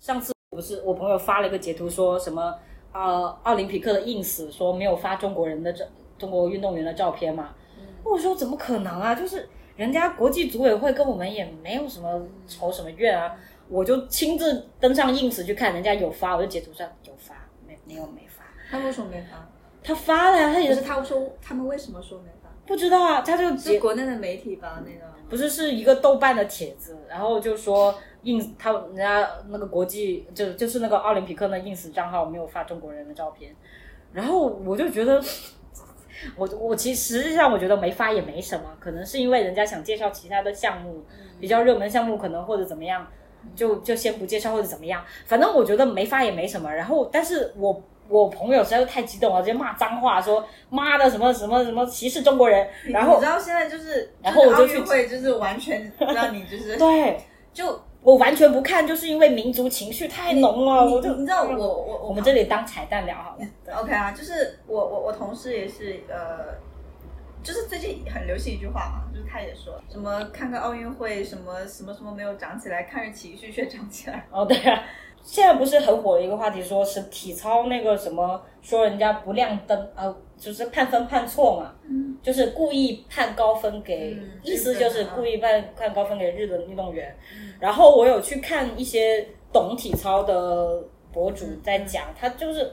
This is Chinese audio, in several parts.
上次不是我朋友发了一个截图，说什么呃奥林匹克的 ins 说没有发中国人的照，中国运动员的照片嘛？我说怎么可能啊？就是人家国际组委会跟我们也没有什么仇什么怨啊。我就亲自登上 ins 去看人家有发，我就截图上有发，没没有没发。他为什么没发？他发了呀，他也可是是他说他们为什么说没发？不知道啊，他就是截国内的媒体吧？那个不是是一个豆瓣的帖子，然后就说 ins 他人家那个国际就就是那个奥林匹克那 ins 账号没有发中国人的照片，然后我就觉得， 我我其实实际上我觉得没发也没什么，可能是因为人家想介绍其他的项目，比较热门项目可能或者怎么样，就就先不介绍或者怎么样，反正我觉得没发也没什么。然后但是我。我朋友实在是太激动了，直接骂脏话，说妈的什么什么什么歧视中国人，然你后知道现在就是，然后我就去是奥运会就是完全让你 就是对，就我完全不看，就是因为民族情绪太浓了，我就嗯你你知道我我我们这里当彩蛋聊好了。对 OK 啊，就是我我我同事也是呃，就是最近很流行一句话嘛，就是他也说什么看看奥运会什么什么什么没有长起来，看着体育却长起来。哦，对啊，现在不是很火的一个话题，说是体操那个什么，说人家不亮灯，呃，就是判分判错嘛，嗯，就是故意判高分给，嗯意思就是故意判判高分给日本运动员。嗯然后我有去看一些懂体操的博主嗯在讲，他就是，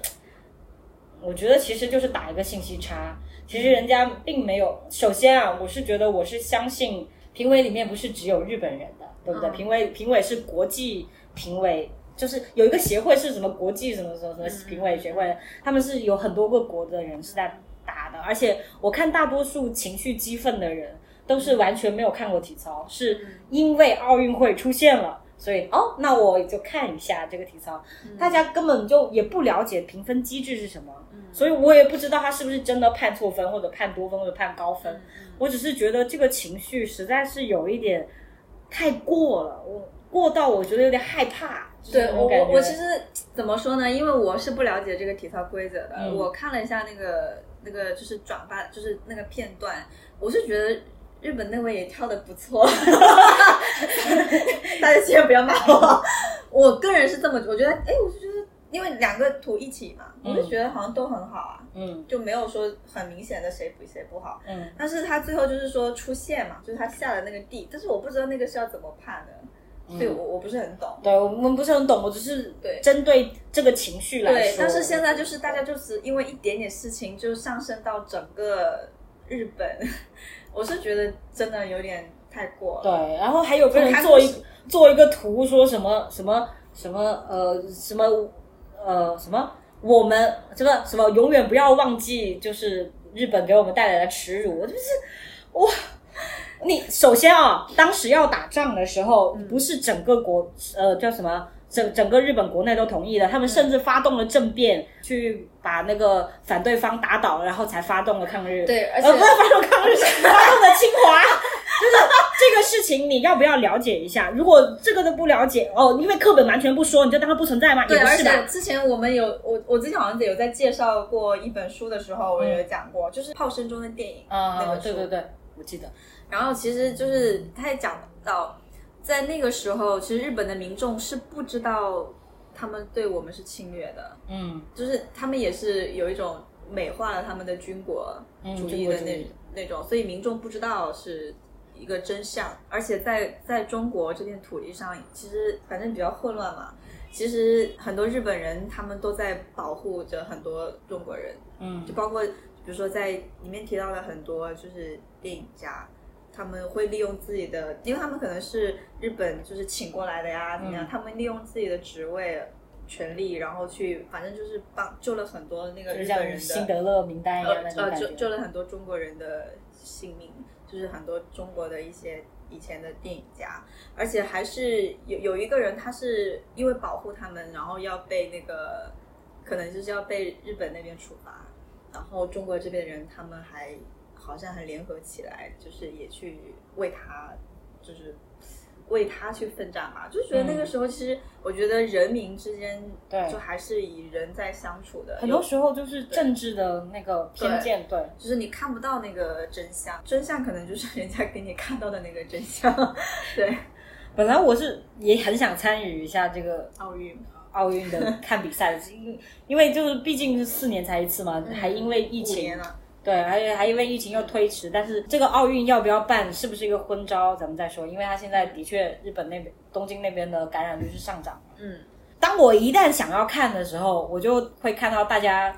我觉得其实就是打一个信息差。其实人家并没有，首先啊，我是觉得我是相信评委里面不是只有日本人的，对不对？嗯评委评委是国际评委。就是有一个协会是什么国际什么什么什么评委协会，他们是有很多个国的人是在打的，而且我看大多数情绪激愤的人都是完全没有看过体操，是因为奥运会出现了，所以哦，那我就看一下这个体操。大家根本就也不了解评分机制是什么，所以我也不知道他是不是真的判错分，或者判多分，或者判高嗯分。我只是觉得这个情绪实在是有一点太过了，我过到我觉得有点害怕。就是对那我种感我觉我其实怎么说呢？因为我是不了解这个体操规则的，嗯我看了一下那个那个就是转发就是那个片段，我是觉得日本那位也跳的不错， 大家千万不要骂我。我个人是这么，我觉得，哎，我就觉得，因为两个图一起嘛，我就觉得好像都很好啊，嗯就没有说很明显的谁比谁不好。嗯，但是他最后就是说出线嘛，就是他下的那个地，但是我不知道那个是要怎么判的，嗯所以我我不是很懂。对我们不是很懂，我只是对针对这个情绪来对说。，但是现在就是大家就是因为一点点事情就上升到整个日本，我是觉得真的有点太过了。对，然后还有个人从韩做国一做一个图，说什么什么什么呃什么呃什么我们什么什么永远不要忘记，就是日本给我们带来的耻辱。我就是哇，你首先啊，当时要打仗的时候，嗯不是整个国呃叫什么？整整个日本国内都同意了，他们甚至发动了政变，去把那个反对方打倒，然后才发动了抗日。对而且呃、不是发动抗 日，发动了侵华。就是这个事情，你要不要了解一下？如果这个都不了解，哦，因为课本完全不说，你就当它不存在吗？也对，不而是且吧？之前我们有我我之前好像有在介绍过一本书的时候，我有讲过，就是《炮声中的电影》嗯那本书。啊对，我记得。然后其实就是他也讲到，在那个时候，其实日本的民众是不知道他们对我们是侵略的，嗯就是他们也是有一种美化了他们的军国主义的嗯军国主那、义那种，所以民众不知道是一个真相，而且在在中国这片土地上，其实反正比较混乱嘛。其实很多日本人他们都在保护着很多中国人，嗯就包括比如说在里面提到了很多就是电影家，他们会利用自己的，因为他们可能是日本就是请过来的呀，怎么嗯样？他们利用自己的职位、权利，然后去反正就是帮救了很多那个就日本像人辛的，德勒名单一样呃那种呃感救觉。救了很多中国人的性命，就是很多中国的一些。以前的电影家，而且还是有有一个人，他是因为保护他们，然后要被那个可能就是要被日本那边处罚，然后中国这边人他们还好像还联合起来，就是也去为他，就是为他去奋战吧。就觉得那个时候，其实我觉得人民之间嗯对就还是以人在相处的，很多有时候就是政治的那个偏见，对，就是你看不到那个真相，真相可能就是人家给你看到的那个真相，对。本来我是也很想参与一下这个奥运。奥运的 看比赛，因因为就是毕竟是四年才一次嘛，还因为疫五情年，啊了，对，还还因为疫情又推迟。但是这个奥运要不要办，是不是一个昏招，咱们再说。因为它现在的确日本那边东京那边的感染率是上涨。嗯，当我一旦想要看的时候，我就会看到大家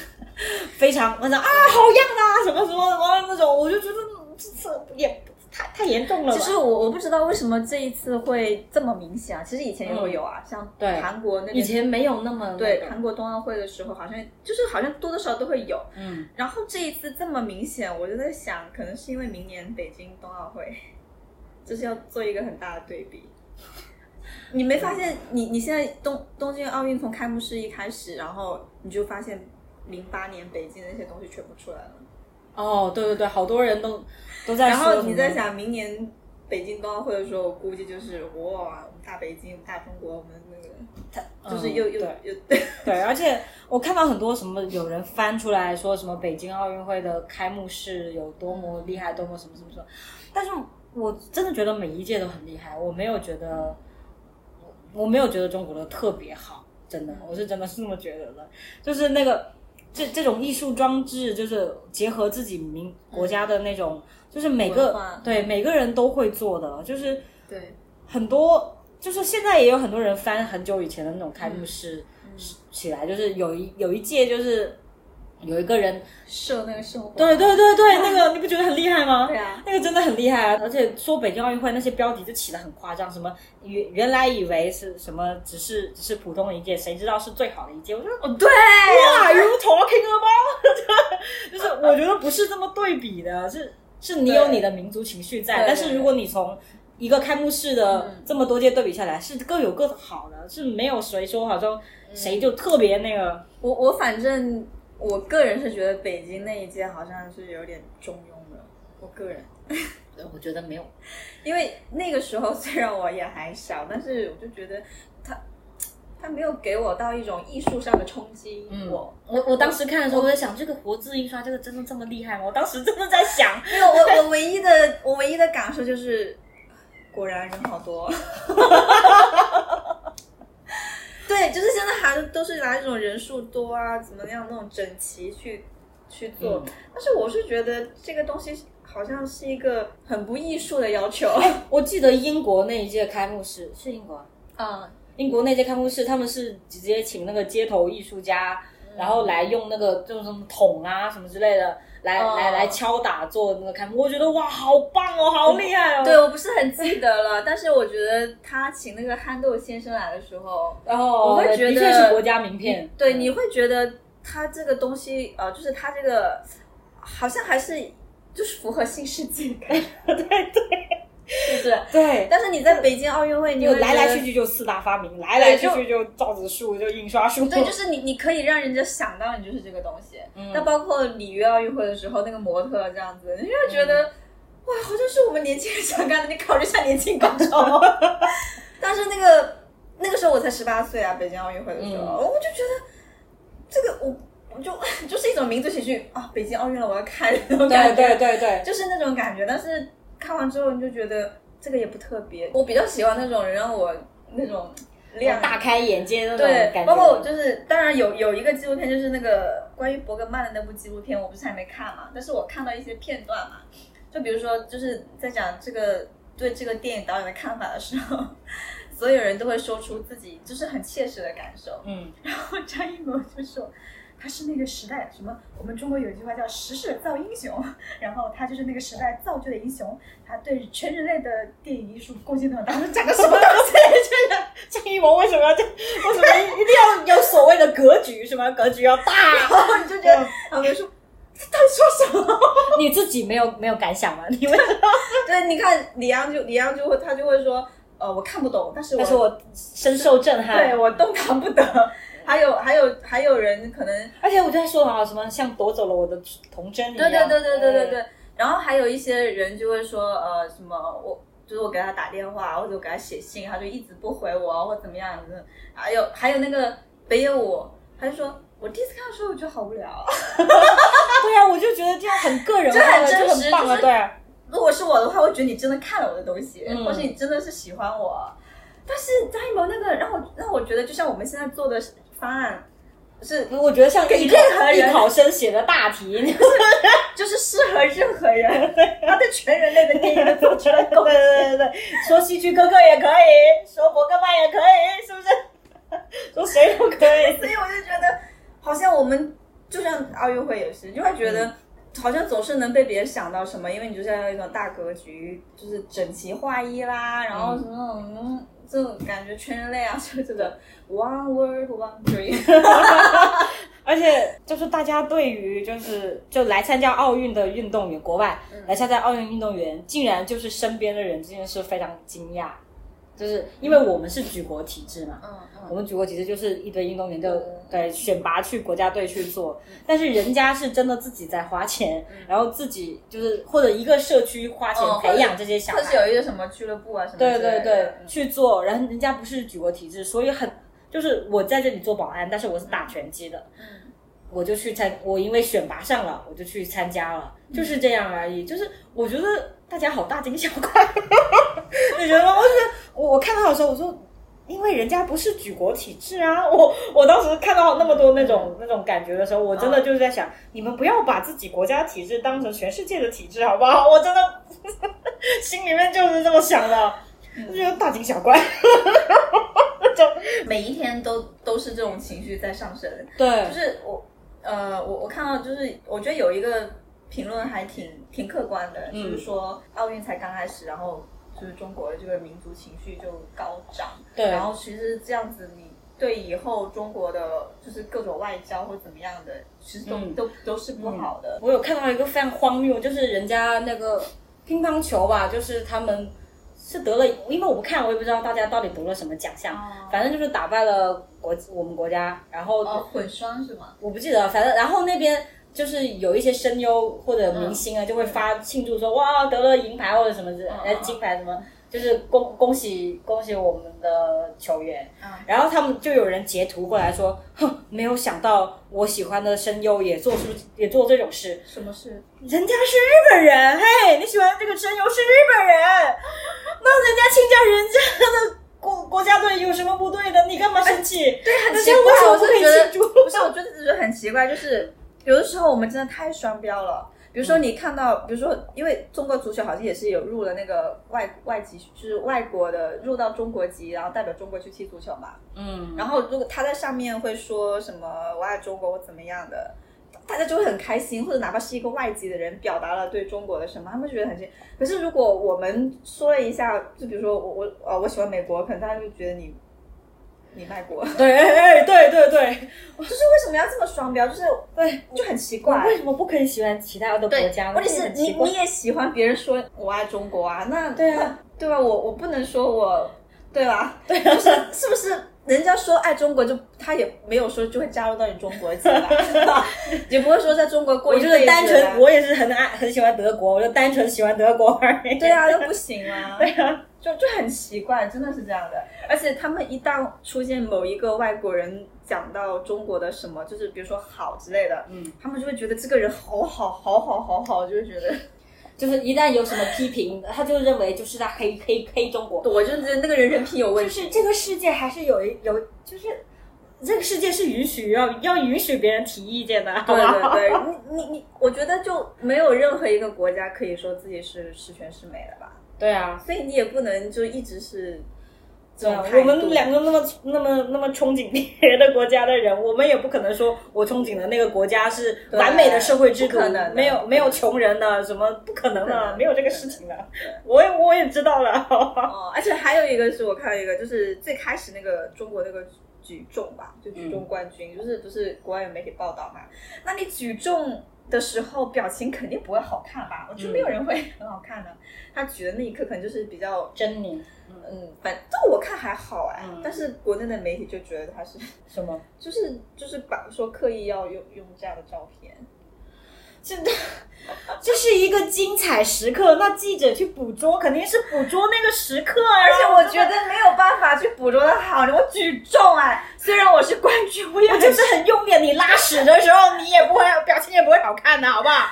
非常那种啊，好样的啊，什么什么什么那种，我就觉得嗯这这也太太严重了吧。就是我我不知道为什么这一次会这么明显啊。其实以前也会有啊，像嗯对韩国那以边，前没有那么对，韩国冬奥会的时候，好像就是好像多多少少都会有。嗯，然后这一次这么明显，我就在想，可能是因为明年北京冬奥会，就是要做一个很大的对比。你没发现你你现在东东京奥运从开幕式一开始，然后你就发现零八年北京那些东西全部出来了，哦，对对对，好多人都都在然说后你在什么想明年北京冬奥会的时候，我估计就是哇，我们大北京、大中国，我们那个就是又、嗯又对又对，而且我看到很多什么有人翻出来说什么北京奥运会的开幕式有多么厉害，多么什么什么什么，但是我真的觉得每一届都很厉害，我没有觉得，我我没有觉得中国的特别好，真的，我是真的是这么觉得的，就是那个。这这种艺术装置就是结合自己民国家的那种，就是每嗯文个化嗯对每个人都会做的，就是对很多就是现在也有很多人翻很久以前的那种开幕式嗯起来，就是有一有一届就是有一个人，受那个生活。对对对对，那个你不觉得很厉害吗？对啊，那个真的很厉害啊！而且说北京奥运会那些标题就起得很夸张，什么原原来以为是什么，只是只是普通的一届，谁知道是最好的一届？我觉得哦对，哇，如 talking about，就是我觉得不是这么对比的，是是你有你的民族情绪在，对但是如果你从一个开幕式的这么多届对比下来，是各有各的好的，是没有谁说好像谁就特别那个，我我反正我个人是觉得北京那一届好像是有点中庸的，我个人，我觉得没有，因为那个时候 虽然我也还小，但是我就觉得他他没有给我到一种艺术上的冲击我。我我当时看的时候，我在想这个活字印刷这个真的这么厉害吗？我当时真的在想，没有，我我唯一的我唯一的感受就是，果然人好多。 对，就是现在还都是拿这种人数多啊，怎么样那种整齐去去做、嗯但是我是觉得这个东西好像是一个很不艺术的要求。我记得英国那一届开幕式是英国啊、嗯，英国那届开幕式，他们是直接请那个街头艺术家，然后来用那个就是什么桶啊什么之类的，来、哦来来敲打做那个开幕。我觉得哇，好棒哦，好厉害哦。对，，我不是很记得了，但是我觉得他请那个憨豆先生来的时候，然后我会觉得的确是国家名片。对，你会觉得他这个东西，呃，就是他这个好像还是就是符合新世界感， 对对，是不是？对，但是你在北京奥运会，你就会来来觉得去。去就四大发明，来来去去就造纸术，就印刷术。对，就是你，你可以让人家想到你就是这个东西。嗯那包括里约奥运会的时候，那个模特这样子，你就会觉得、嗯哇，好像是我们年轻人想干的。你考虑一下年轻观 众。但是那个那个时候我才十八岁啊，北京奥运会的时候，嗯我就觉得这个我我就 就是一种民族情绪啊，北京奥运了，我要看那种感对觉，对对对，就是那种感觉。但是看完之后，你就觉得这个也不特别。我比较喜欢那种让我那种亮大开眼界那种对感，觉。包括就是，当然有有一个纪录片，就是那个关于伯格曼的那部纪录片，我不是还没看嘛，但是我看到一些片段嘛，就比如说就是在讲这个对这个电影导演的看法的时候， 所有人都会说出自己就是很切实的感受，嗯，然 后张艺谋就说。他是那个时代什么？我们中国有一句话叫“时势造英雄”，然后他就是那个时代造就的英雄，他对全人类的电影艺术贡献都很大。我说讲个什么东西？张艺谋为什么要这？为什么一定要有所谓的格局？什么格局要大？ 然后你就觉得，然后 我就说他说什么？你自己没有没有感想吗？ 你为什么？ 对，你看李阳就李阳就会他就会说，呃，我看不懂，但是我但是我深受震撼。对我动 弹不得。还有还有还有人可能，而且我就在说啊，什么像夺走了我的童真一对样。对对对对对对。然后还有一些人就会说，呃，什么我就是我给他打电话或者我给他写信，他就一直不回我或怎么样子。还有还有那个北野武，他就说我第一次看的时候我觉得好无聊啊， 对啊，我就觉得这样很个人化就很了，真就实很棒就了，是对啊。如果是我的话，我觉得你真的看了我的东西，嗯或是你真的是喜欢我。但是张艺谋那个让我让我觉得，就像我们现在做的方案，是我觉得像给艺任何考艺人考生写的大 题，就是适合任何人， 他对全人类的电影都做出来贡对对对对，说希区柯克也可以，说伯格曼也可以，是不 是？说谁都可以。所以我就觉得，好像我们就像奥运会也是，就会觉得好像总是能被别人想到什么，因为你就是要有一种大格局，就是整齐划一啦，然后什么那种嗯这种感觉全人类啊，就是这个 one world one dream。而且就是大家对于就是就来参加奥运的运动员，国外嗯来参加奥运运动员，竟然就是身边的人这件事非常惊讶，就是因为我们是举国体制嘛，嗯 嗯我们举国体制就是一堆运动员就嗯对选拔去国家队去做，但是人家是真的自己在花钱，然后自己就是或者一个社区花钱嗯培养这些小或孩是，有一些什么俱乐部啊什么之类对的，对对，嗯去做，然后人家不是举国体制，所以很就是我在这里做保安，但是我是打拳击的，嗯我就去参，我因为选拔上了，我就去参加了，嗯就是这样而已。就是我觉得大家好大惊小怪， 你觉得吗？我觉得我我看到的时候，我说。因为人家不是举国体制啊！ 我我当时看到那么多那嗯种那种感觉的时候，我真的就是在想，你们不要把自己国家体制当成全世界的体制，好不好？ 我真的心里面就是这么想的，就觉得大惊小怪。每一天都都是这种情绪在上升，对就是我，呃，我我看到就是，我觉得有一个评论还挺挺客观的，嗯就是说奥运才刚开始，然后就是中国的这个民族情绪就高涨， 对然后其实这样子你。对以后中国的就是各种外交或怎么样的，其实都、嗯都都是不好的。我有看到一个非常荒谬，就是人家那个乒乓球吧，就是他们是得了，因为我不看，我也不知道大家到底得了什么奖项，哦反正就是打败了国我们国家，然后、哦，混双是吗？我不记得，反正然后那边。就是有一些声优或者明星啊，就会发庆祝说哇得了银牌或者什么之类嗯，呃金牌什么，就是恭恭喜恭喜我们的球员。啊，然后他们就有人截图过来说，哼，没有想到我喜欢的声优也做出也做这种事，什么事？人家是日本人，嘿，你喜欢这个声优是日本人，那人家侵占人家的国国家队有什么不对的？你干嘛生气？对，很人奇家为什怪，么我不是可以觉得庆祝？ 不是，我觉得就是很奇怪，就是有的时候我们真的太双标了。比如嗯说你看到，比如说因为中国足球好像也是有入了那个外外籍，就是外国的入到中国籍，然后代表中国去踢足球嘛。嗯，然后如果他在上面会说什么“我爱中国”，我怎么样的，大家就会很开心，或者哪怕是一个外籍的人表达了对中国的什么，他们觉得很开心。可是如果我们说了一下，就比如说我我呃我喜欢美国，可能大家就觉得你你卖国。对，哎哎，对对对就是为什么要这么双标？就是对，就很奇我怪。为什么不可以喜欢其他的国家呢？问题是很你奇怪你也喜欢别人说我爱中国啊？那对啊那对吧？我我不能说我对吧？对、啊就是是不是人家说爱中国就他也没有说就会加入到你中国籍 吧？也不会说在中国过我一辈就子啊。是单纯，我也是很爱很喜欢德国，我就单纯喜欢德国而 已。对啊，又不行啊，对啊，就就很奇怪，真的是这样的。而且他们一旦出现某一个外国人讲到中国的什么，就是比如说好之类的，嗯，他们就会觉得这个人好好好好好好，就会觉得，就是一旦有什么批评，他就认为就是在黑黑黑中国。我就觉得那个人人品有问就题。是这个世界还是有一有，就是这个世界是允许要要允许别人提意见的，好对吧？对对，你你你，我觉得就没有任何一个国家可以说自己是十全十美的吧，对啊，所以你也不能就一直是这对种啊，态度我们两个那么那么那么憧憬别的国家的人，我们也不可能说我憧憬的那个国家是对完美的社会制度不可能的，没有没有穷人的，什么不可能不可能的，没有这个事情的。我也我也知道了， 好吧哦，而且还有一个是我看到一个，就是最开始那个中国那个举重吧，就举嗯重冠军，就是不是国外有媒体报道嘛？那你举重的时候表情肯定不会好看吧？我觉得没嗯有人会 很好看的、他举的那一刻可能就是比较，珍妮，嗯，反正我看还好哎、嗯但是国内的媒体就觉得他是，什么？就是就是把说刻意要用用这样的照片，真的。这是一个精彩时刻，那记者去捕捉肯定是捕捉那个时刻啊。而且我觉得没有办法去捕捉的好，我举重哎，虽然我是冠军，我也我 很就是很用力，你拉屎的时候，你也不会表情也不会好看的，好不好？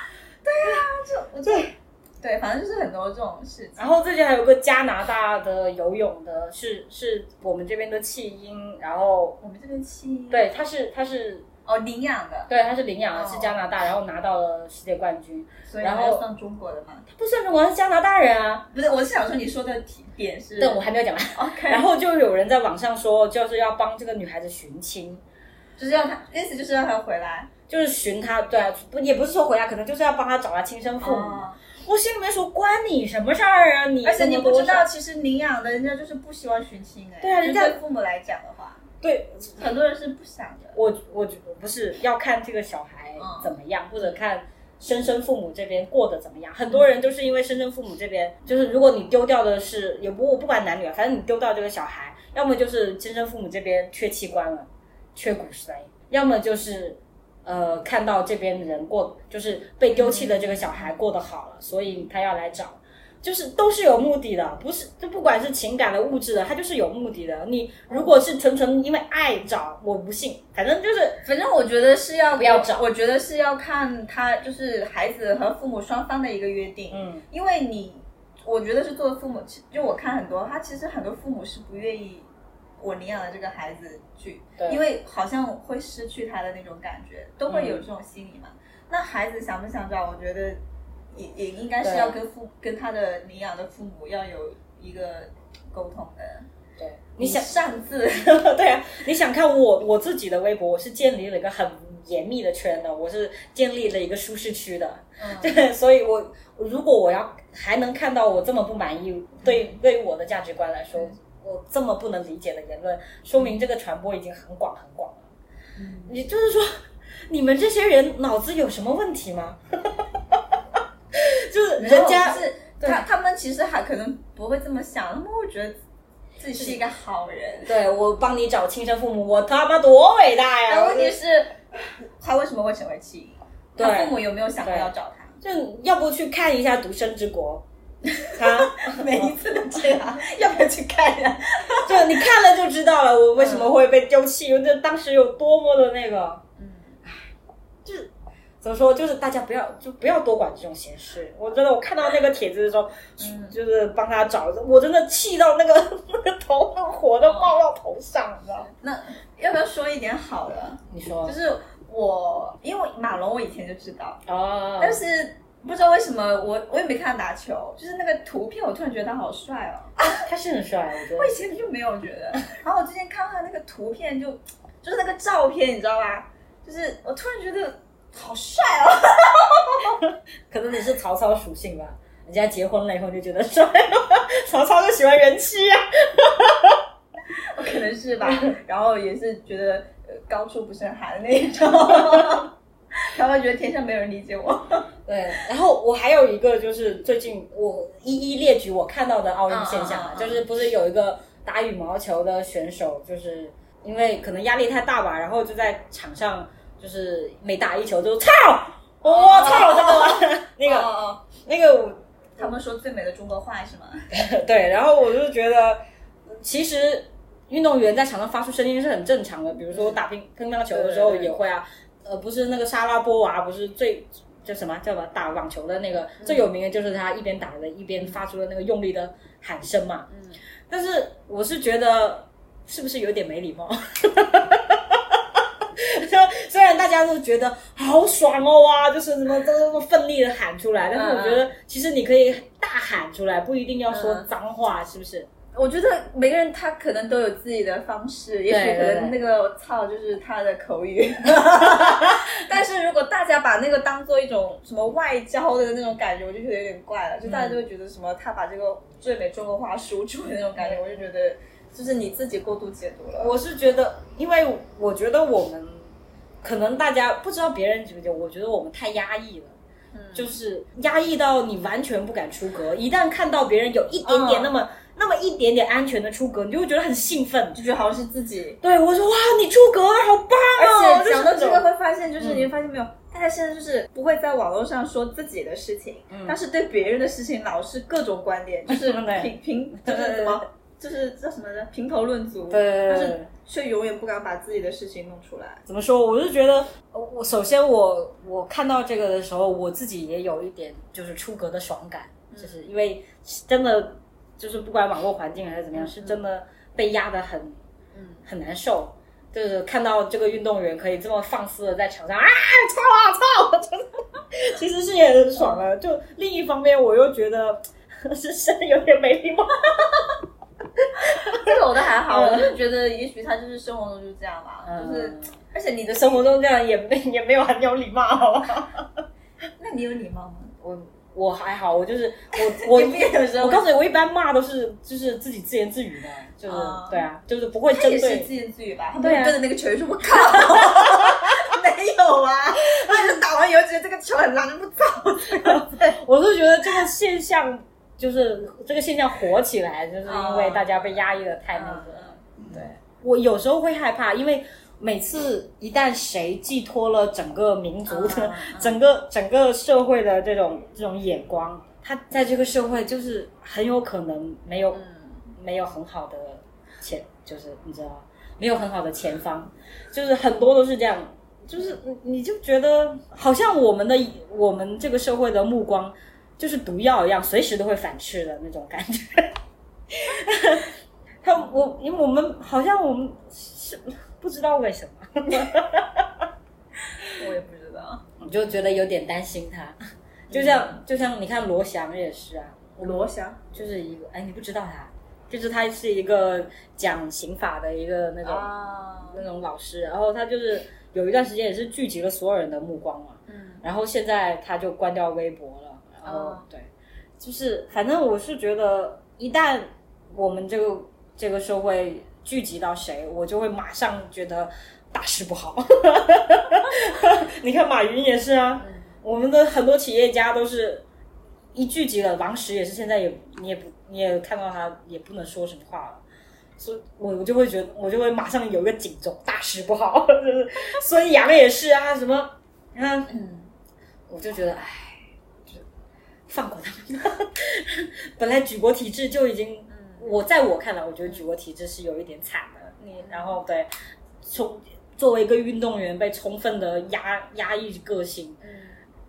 对，对，反正就是很多这种事情。然后最近还有个加拿大的游泳的，是是我们这边的弃婴，然后我们这边七对，他是他是哦领养的，对他是领养的，哦是加拿大，然后拿到了世界冠军。所以然后要算中国的嘛？他不算中国，他是加拿大人啊。不是，我是想说你说的体点是但我还没有讲完。 OK，然后就有人在网上说，就是要帮这个女孩子寻亲，就是让他意思就是让他回来。就是寻她，对啊，不也不是说回来，可能就是要帮她找她亲生父母。哦我心里面说，关你什么事儿啊？你而且你这么不多知道，事儿，其实领养的人家就是不希望寻亲哎，对啊就人家对父母来讲的话，对很多人是不想的。我我我不是要看这个小孩嗯怎么样，或者看。生生父母这边过得怎么样？很多人都是因为生生父母这边，就是如果你丢掉的是，也不我不管男女啊，反正你丢掉这个小孩，要么就是生生父母这边缺器官了，缺骨髓，要么就是呃看到这边人过，就是被丢弃的这个小孩过得好了，所以他要来找，就是都是有目的的，不是就不管是情感的、物质的，他就是有目的的。你如果是纯纯因为爱找，我不信，反正就是反正我觉得是要不要找我觉得是要看他就是孩子和父母双方的一个约定，嗯，因为你，我觉得是作为父母，其就我看很多，他其实很多父母是不愿意我领养的这个孩子去，对因为好像会失去他的那种感觉，都会有这种心理嘛。那孩子想不想找，我觉得也也应该是对要跟父跟他的领养的父母要有一个沟通的。对，你想 擅自对啊，你想看我我自己的微博，我是建立了一个很严密的圈的，我是建立了一个舒适区的，嗯 对，所以我如果我要还能看到我这么不满意，对对于我的价值观来说，嗯我这么不能理解的言论，说明这个传播已经很广很广了。嗯也就是说，你们这些人脑子有什么问题吗？ 就是人家没有就是对他他们其实还可能不会这么想，他们会觉得自己是一个好人。对我帮你找亲生父母，我他妈多伟大呀！但哎问题我是，他为什么会成为弃婴？对他父母有没有想过对要找他？就要不去看一下《独生之国》 啊？每一次都这样，要不要去看呀？就你看了就知道了，我为什么会被丢弃，就当时有多么的那个。嗯，怎么说？就是大家不要就不要多管这种闲事。我真的，我看到那个帖子的时候，嗯就是帮他找，我真的气到那个 那个头，那个火都冒到头上，你知道吗？那要不要说一点好的？你说就是我，因为马龙我以前就知道，哦但是不知道为什么我我也没看他打球，就是那个图片，我突然觉得他好帅哦。他是很帅，我觉我得以前就没有觉得，然后我之前看到他那个图片就，就是那个照片，你知道吧？就是我突然觉得好帅哦。可能你是曹操属性吧。人家结婚了以后就觉得帅了，曹操就喜欢人妻啊。 可能是 吧。然后也是觉得呃高处不胜寒的那 一种，然后觉得天上没有人理解我。对，然后我还有一个就是最近我一一列举我看到的奥运现象啊嗯嗯嗯嗯就是不是有一个打羽毛球的选手，就是因为可能压力太大吧，然后就在场上就是每打一球就操，我、哦操，知道吗？那个哦那个我他们说最美的中国话是吗？对，然后我就觉得，其实运动员在场上发出声音是很正常的，比如说我打乒乒乓球的时候对对对也会啊，呃，不是那个莎拉波娃不是最。叫什么叫什么打网球的那个、最有名的就是她一边打的一边发出了那个用力的喊声嘛。嗯，但是我是觉得是不是有点没礼貌？ 就虽然大家都觉得好爽哦哇，就是什么都那么奋力的喊出来，但是我觉得其实你可以大喊出来，不一定要说嗯脏话，是不是？我觉得每个人他可能都有自己的方式，也许可能那个“操”就是他的口 语。但是如果大家把那个当做一种什么外交的那种感觉，我就觉得有点怪嗯了。就大家就会觉得什么他把这个最美中国话输出的那种感觉，我就觉得就是你自己过度解读了。我是觉得，因为我觉得我们可能大家不知道别人觉不觉得，我觉得我们太压抑了。就是压抑到你完全不敢出格，一旦看到别人有一点点嗯那么、那么一点点安全的出格，你就会觉得很兴奋。就觉得好像是自己对我说哇，你出格了，好棒哦！而且讲嗯到就是这那个，种会发现就是你会发现没有，大家现在就是不会在网络上说自己的嗯 事情，但是对别人的事情老是各种观点，就是对评评就是怎么就是叫什么呢？评头论足，对对对但对是 却永远不敢把自己的事情弄出来。怎么说？我就觉得，呃我首先我我看到这个的时候，我自己也有一点就是出格的爽感，就是因为真的就是不管网络环境还是怎么样，是真的被压得很，嗯很难受。就是看到这个运动员可以这么放肆的在场上啊，操啊操，就是 其实是也很爽的。就另一方面，我又觉得 是真的有点没礼貌。 这个我都还好，我就觉得也许他就是生活中就这样吧，就是嗯而且你的你的生活中这样也没也没有很有礼貌，好吧？ 那你有礼 貌吗？我我还好，我就是我我你不也有时候我 告诉你，我一般骂都是就是自己自言自语的，就是、啊对啊，就是不会他针也是对自言自语吧？他不对啊会对着那个球说“我靠”， 没有啊， 他就打完以后觉得这个球很烂，就不走。我是觉得这个现象就是这个现象火起来，就是因啊为大家被压抑的太那个了。对我有时候会害怕，因为每次一旦谁寄托了整个民族的、嗯嗯 整个整个社会的这种这种眼光，他在这个社会就是很有可能没嗯有、没有很好的前，就是你知道吗？没有很好的前方，就是很多都是这样，就是你你就觉得好像我们的我们这个社会的目光就是毒药一样，随时都会反噬的那种感觉。 他我因为我们好像我们是不知道为什么，我也不知道。我就觉得有点担心他，就像、就像你看罗翔也是啊，罗翔，就是一个哎你不知道他，就是他是一个讲刑法的一个那种、啊那种老师，然后他就是有一段时间也是聚集了所有人的目光嘛，嗯，然后现在他就关掉微博了，然后、哦对，就是反正我是觉得，一旦我们这个这个社会聚集到谁，我就会马上觉得大事不 好。你看马云也是啊，嗯我们的很多企业家都是一聚集了，王石也是，现在也你也不你也看到他也不能说什么话了。所以，我我就会觉得，我就会马上有一个警钟，大事不好。就是 孙杨也是啊，什么，你看我就觉得，哎，就是放过他们。本来举国体制就已经，嗯我在我看来，嗯我觉得举国体制是有一点惨的。你然后对，从作为一个运动员被充分的压压抑个性，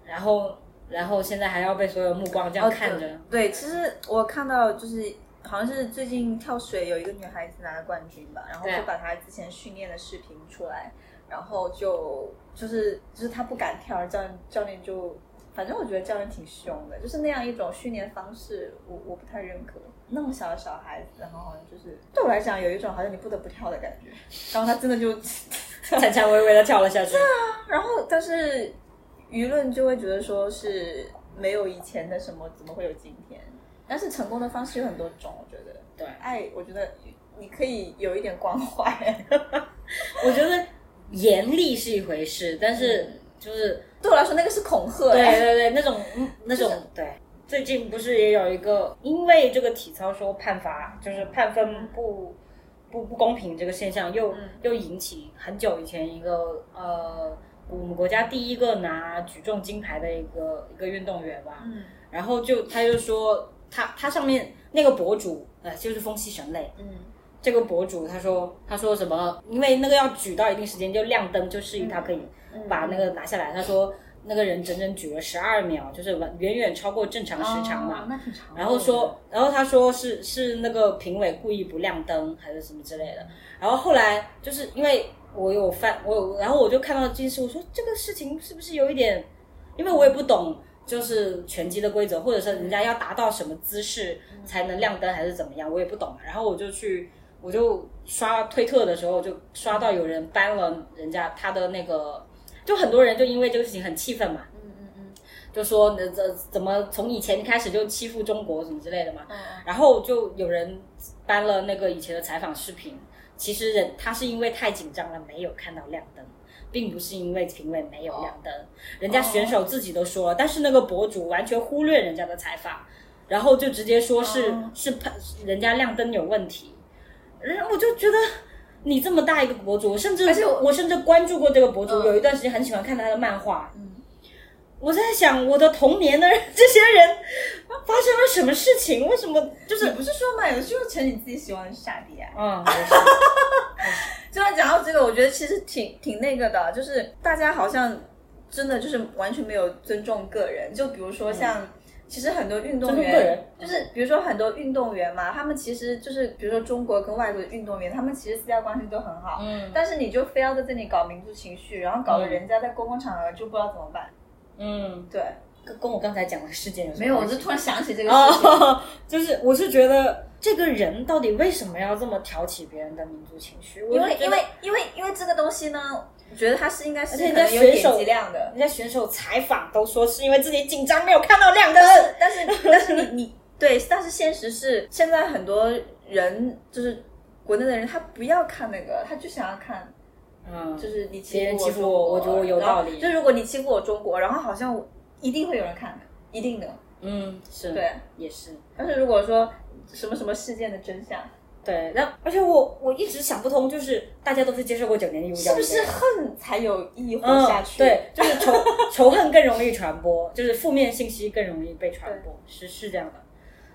然后然后现在还要被所有目光这样看着，嗯对，其实我看到就是好像是最近跳水有一个女孩子拿了冠军吧，然后对就把她之前训练的视频出来，然后就就是就是她不敢跳，教练教练就。反正我觉得教练挺凶的，就是那样一种训练方式，我我不太认可。那么小的小孩子，然后好像就是对我来讲有一种好像你不得不跳的感觉。然后他真的就颤颤巍巍的跳了下去。然后，但是舆论就会觉得说是没有以前的什么，怎么会有今天？但是成功的方式有很多种，我觉得。对爱，我觉得你可以有一点关怀。 我觉得严厉是一回事，但是就是。对我来说，那个是恐吓。对哎对对，那种嗯那种、对。最近不是也有一个，因为这个体操说判罚就是判分不不不公平这个现象，又、又引起很久以前一个呃，我们国家第一个拿举重金牌的一个一个运动员吧，嗯然后就他就说他他上面那个博主呃就是风气神类，嗯这个博主他说他说什么？因为那个要举到一定时间就亮灯，就示意他可以把那嗯个拿下来。他说那个人整整举了十二秒，就是完远远超过正常时长嘛。哦那挺长的。然后哦说，然后他说是是那个评委故意不亮灯还是什么之类的。然后后来就是因为我有翻我有，然后我就看到这件事，我说这个事情是不是有一点，因为我也不懂就是拳击的规则，或者是人家要达到什么姿势才能亮灯还是怎么样，我也不懂。然后我就去。我就刷推特的时候，就刷到有人搬了人家他的那个，就很多人就因为这个事情很气愤嘛，嗯嗯嗯就说呃怎怎么从以前开始就欺负中国什么之类的嘛。嗯嗯然后就有人搬了那个以前的采访视频，其实人他是因为太紧张了没有看到亮灯，并不是因为评委没有亮灯，哦人家选手自己都说了，但是那个博主完全忽略人家的采访，然后就直接说是、哦是判人家亮灯有问题，然后我就觉得。你这么大一个博主，我甚至而且我我甚至关注过这个博主，嗯有一段时间很喜欢看他的漫画，嗯我在想我的童年的这些人发生了什么事情？为什么就就是是不是说嘛，有时候成你自己喜欢的傻逼啊。嗯，就然讲到这个，我觉得其实挺挺那个的，就是大家好像真的就是完全没有尊重个人。就比如说像，其实很多运动嗯尊重员，个人就是比如说很多运动员嘛，他们其实就是比如说中国跟外国的运动员，他们其实私下关系都很好，嗯但是你就非要在这里搞民族情绪，然后搞得人家在公共场合就不知道怎么办。嗯，对， 跟跟我刚才讲的事件有什么没有，我关系就突然想起这个事情。哦， 就是我是觉得这个人到底为什么要这么挑起别人的民族情绪？我因就为觉得因为因为因为这个东西呢，我觉得它是应该是而且人可家能有选手点击量的，人家选手采访都说是因为自己紧张没有看到亮灯，但是但 是你你对，但是现实是现在很多人就是国内的人，他不要看那个，他就想要看嗯就是你欺别人负欺负我我觉得我有道理然后就如果你欺负我中国，然后好像我一定会有人看的，一定的嗯是对。也是但是如果说什么什么事件的真相，对，那而且我我一直想不通，就是大家都是接受过九年义务教育是不的，是恨才有意义活嗯下去？对，就是仇仇恨更容易传播，就是负面信息更容易被传播，是是这样的。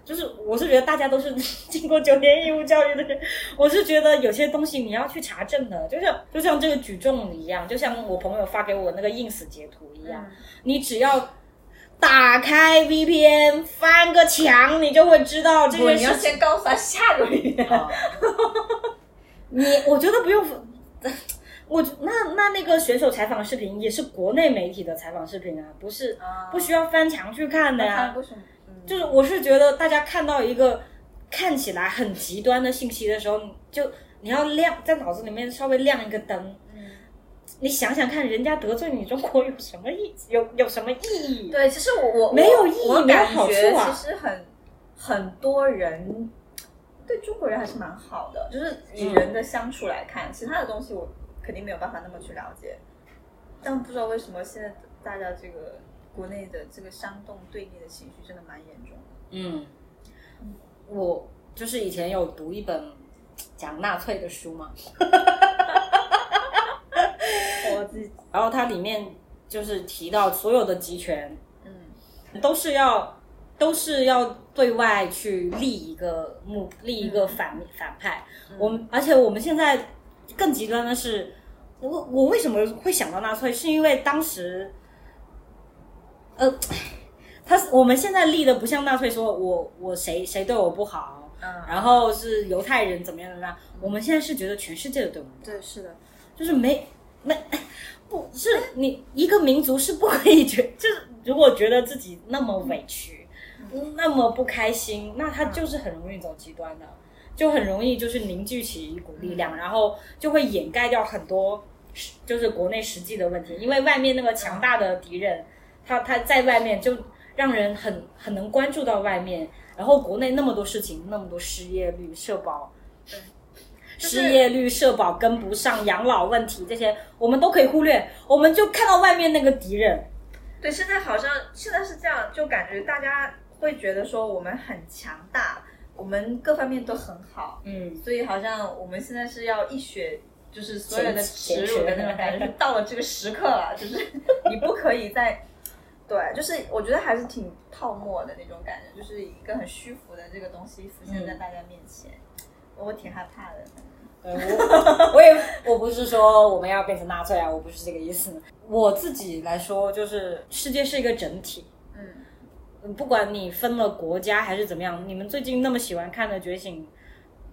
就是我是觉得大家都是 经过九年义务教育的人，我是觉得有些东西你要去查证的，就像就像这个举重一样，就像我朋友发给我那个 ins 截图一样，嗯你只要。打开 VPN，翻个墙，你就会知道这不，件你要事情。先告诉他下个月。 你我觉得不用，我那那那个选手采访视频也是国内媒体的采访视频啊，不是不需要翻墙去看的呀、为什么？嗯就是我是觉得大家看到一个看起来很极端的信息的时候，你就你要亮在脑子里面稍微亮一个灯，你想想看，人家得罪你中国有什么意有有什么意义？对，其实我我没有意义我我没有感好觉处啊其实很很多人对中国人还是蛮好的，就是以嗯人的相处来看，其他的东西我肯定没有办法那么去了解。但不知道为什么现在大家这个国内的这个煽动对立的情绪真的蛮严重的。嗯，我就是以前有读一本讲纳粹的书嘛，我自己然后它里面就是提到所有的集权嗯都是要都是要对外去立一个目立一个反、反派。我们而且我们现在更极端的是，我我为什么会想到纳粹，是因为当时，呃， 他我们现在立的不像纳粹说我我谁谁对我不好，嗯，然后是犹太人怎么样怎么样，我们现在是觉得全世界都对我们不好。对，是的，就是没没不是你一个民族是不可以觉，就是如果觉得自己那么委屈，嗯那么不开心，那他就是很容易走极端的，就很容易就是凝聚起一股力嗯量，然后就会掩盖掉很多实就是国内实际的问题，因嗯为外面那个强大的敌人，他他在外面就让人很很能关注到外面，然后国内那么多事情，那么多失业率、社保。嗯就是失业率、社保跟不上、养老问题这些，我们都可以忽略，我们就看到外面那个敌人。对，现在好像现在是这样，就感觉大家会觉得说我们很强大，我们各方面都很好，嗯，所以好像我们现在是要一雪，就是所有的耻前辱前的那种感觉，就是到了这个时刻了，就是 你不可以再，对，就是我觉得还是挺泡沫的那种感觉，就是一个很虚浮的这个东西浮嗯现在大家面前，我挺害怕的。呃我 我也我不是说我们要变成纳粹啊，我不是这个意思。我自己来说，就是世界是一个整体，嗯，嗯不管你分了国家还是怎么样，你们最近那么喜欢看的《觉醒》。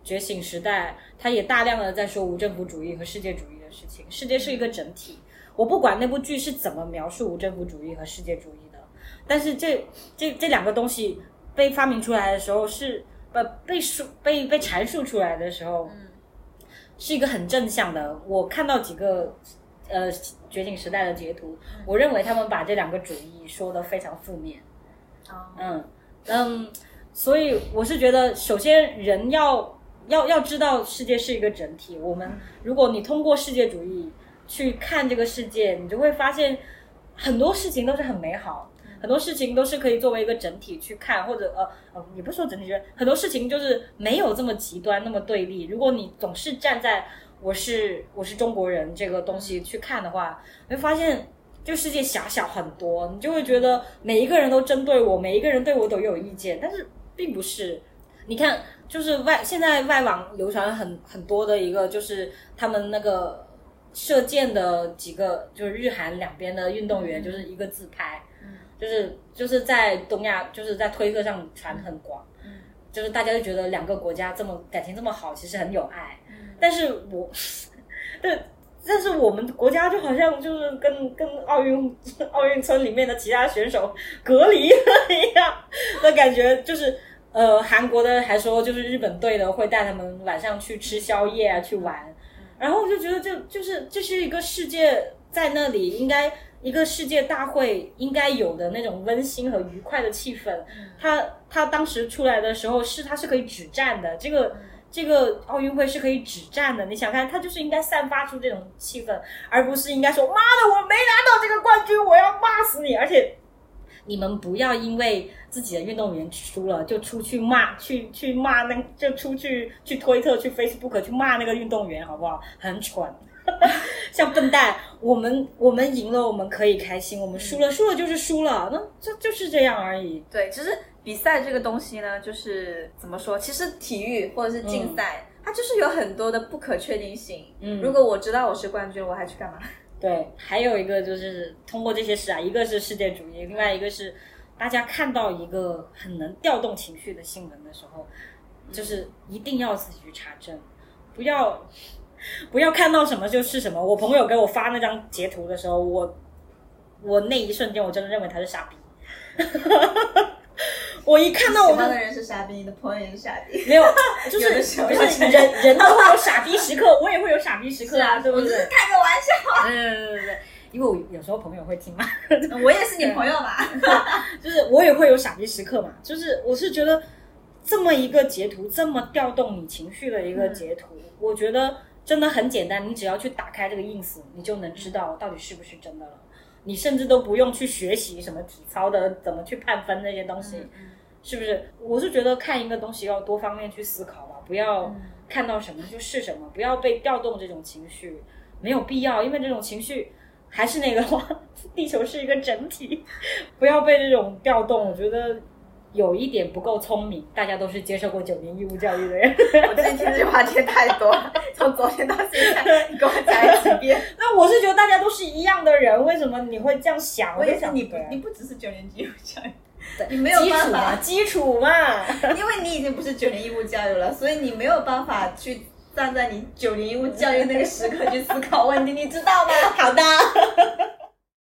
觉醒时代，它也大量的在说无政府主义和世界主义的事情。世界是一个整体，我不管那部剧是怎么描述无政府主义和世界主义的，但是这这这两个东西被发明出来的时候是，呃被述被被阐述出来的时候，是一个很正向的。我看到几个呃觉醒时代的截图，我认为他们把这两个主义说的非常负面。啊、嗯嗯，所以我是觉得，首先人要要要知道世界是一个整体。我们如果你通过世界主义去看这个世界，你就会发现很多事情都是很美好，很多事情都是可以作为一个整体去看，或者呃呃，也不是说整体去看，很多事情就是没有这么极端，那么对立。如果你总是站在我是我是中国人这个东西去看的话，你会发现就世界狭小很多，你就会觉得每一个人都针对我，每一个人对我都有意见，但是并不是。你看，就是外现在外网流传很很多的一个，就是他们那个射箭的几个，就是日韩两边的运动员，就是一个自拍，就是就是在东亚，就是在推特上传很广，就是大家就觉得两个国家这么感情这么好，其实很有爱。但是我，但但是我们国家就好像就是跟跟奥运奥运村里面的其他选手隔离了一样的感觉，就是呃，韩国的还说就是日本队的会带他们晚上去吃宵夜啊，去玩，然后我就觉得这就是这是一个世界在那里应该。一个世界大会应该有的那种温馨和愉快的气氛，它它当时出来的时候是它是可以止战的，这个这个奥运会是可以止战的。你想看，它就是应该散发出这种气氛，而不是应该说“妈的，我没拿到这个冠军，我要骂死你！”而且，你们不要因为自己的运动员输了就出去骂，去去骂那，就出去去推特、去 Facebook 去骂那个运动员，好不好？很蠢。 像笨蛋，我们我们赢了，我们可以开心；我们输了，输了就是输了，那就就是这样而已。对，其实比赛这个东西呢，就是怎么说？其实体育或者是竞赛，它就是有很多的不可确定性。嗯如果我知道我是冠军，我还去干嘛？对，还有一个就是通过这些事啊，一个是世界主义，另外一个是大家看到一个很能调动情绪的新闻的时候，就是一定要自己去查证，不要 不要看到什么就是什么。我朋友给我发那张截图的时候，我我那一瞬间我真的认为他是傻逼， 我一看到我喜就欢的人是傻逼，你的朋友也是傻逼。 没有，就有是的不时候是就人人都会有傻逼时刻，我也会有傻逼时刻啊，对不我只是啊对？开个玩笑， 对对对对对，因为我有时候朋友会听嘛， 我也是你朋友嘛。就是我也会有傻逼时刻嘛，就是我是觉得这么一个截图，这么调动你情绪的一个截图，我觉得真的很简单，你只要去打开这个 ins，你就能知道到底是不是真的了。你甚至都不用去学习什么体操的怎么去判分那些东西，是不是？我是觉得看一个东西要多方面去思考吧，不要看到什么就是什么，不要被调动这种情绪，没有必要，因为这种情绪还是那个 话，地球是一个整体，不要被这种调动。我觉得有一点不够聪明，大家都是接受过九年义务教育的 人，我最近听这句话听太多，从昨天到现在，你给我讲几遍。那我是觉得大家都是一样的人，为什么你会这样想？我就也是，想你不对啊你不只是九年义务教育，对你没有基办础法嘛，基础嘛。因为你已经不是九年义务教育了，所以你没有办法去 站在你九年义务教育那个时刻去思考问题，你知道吗？好的，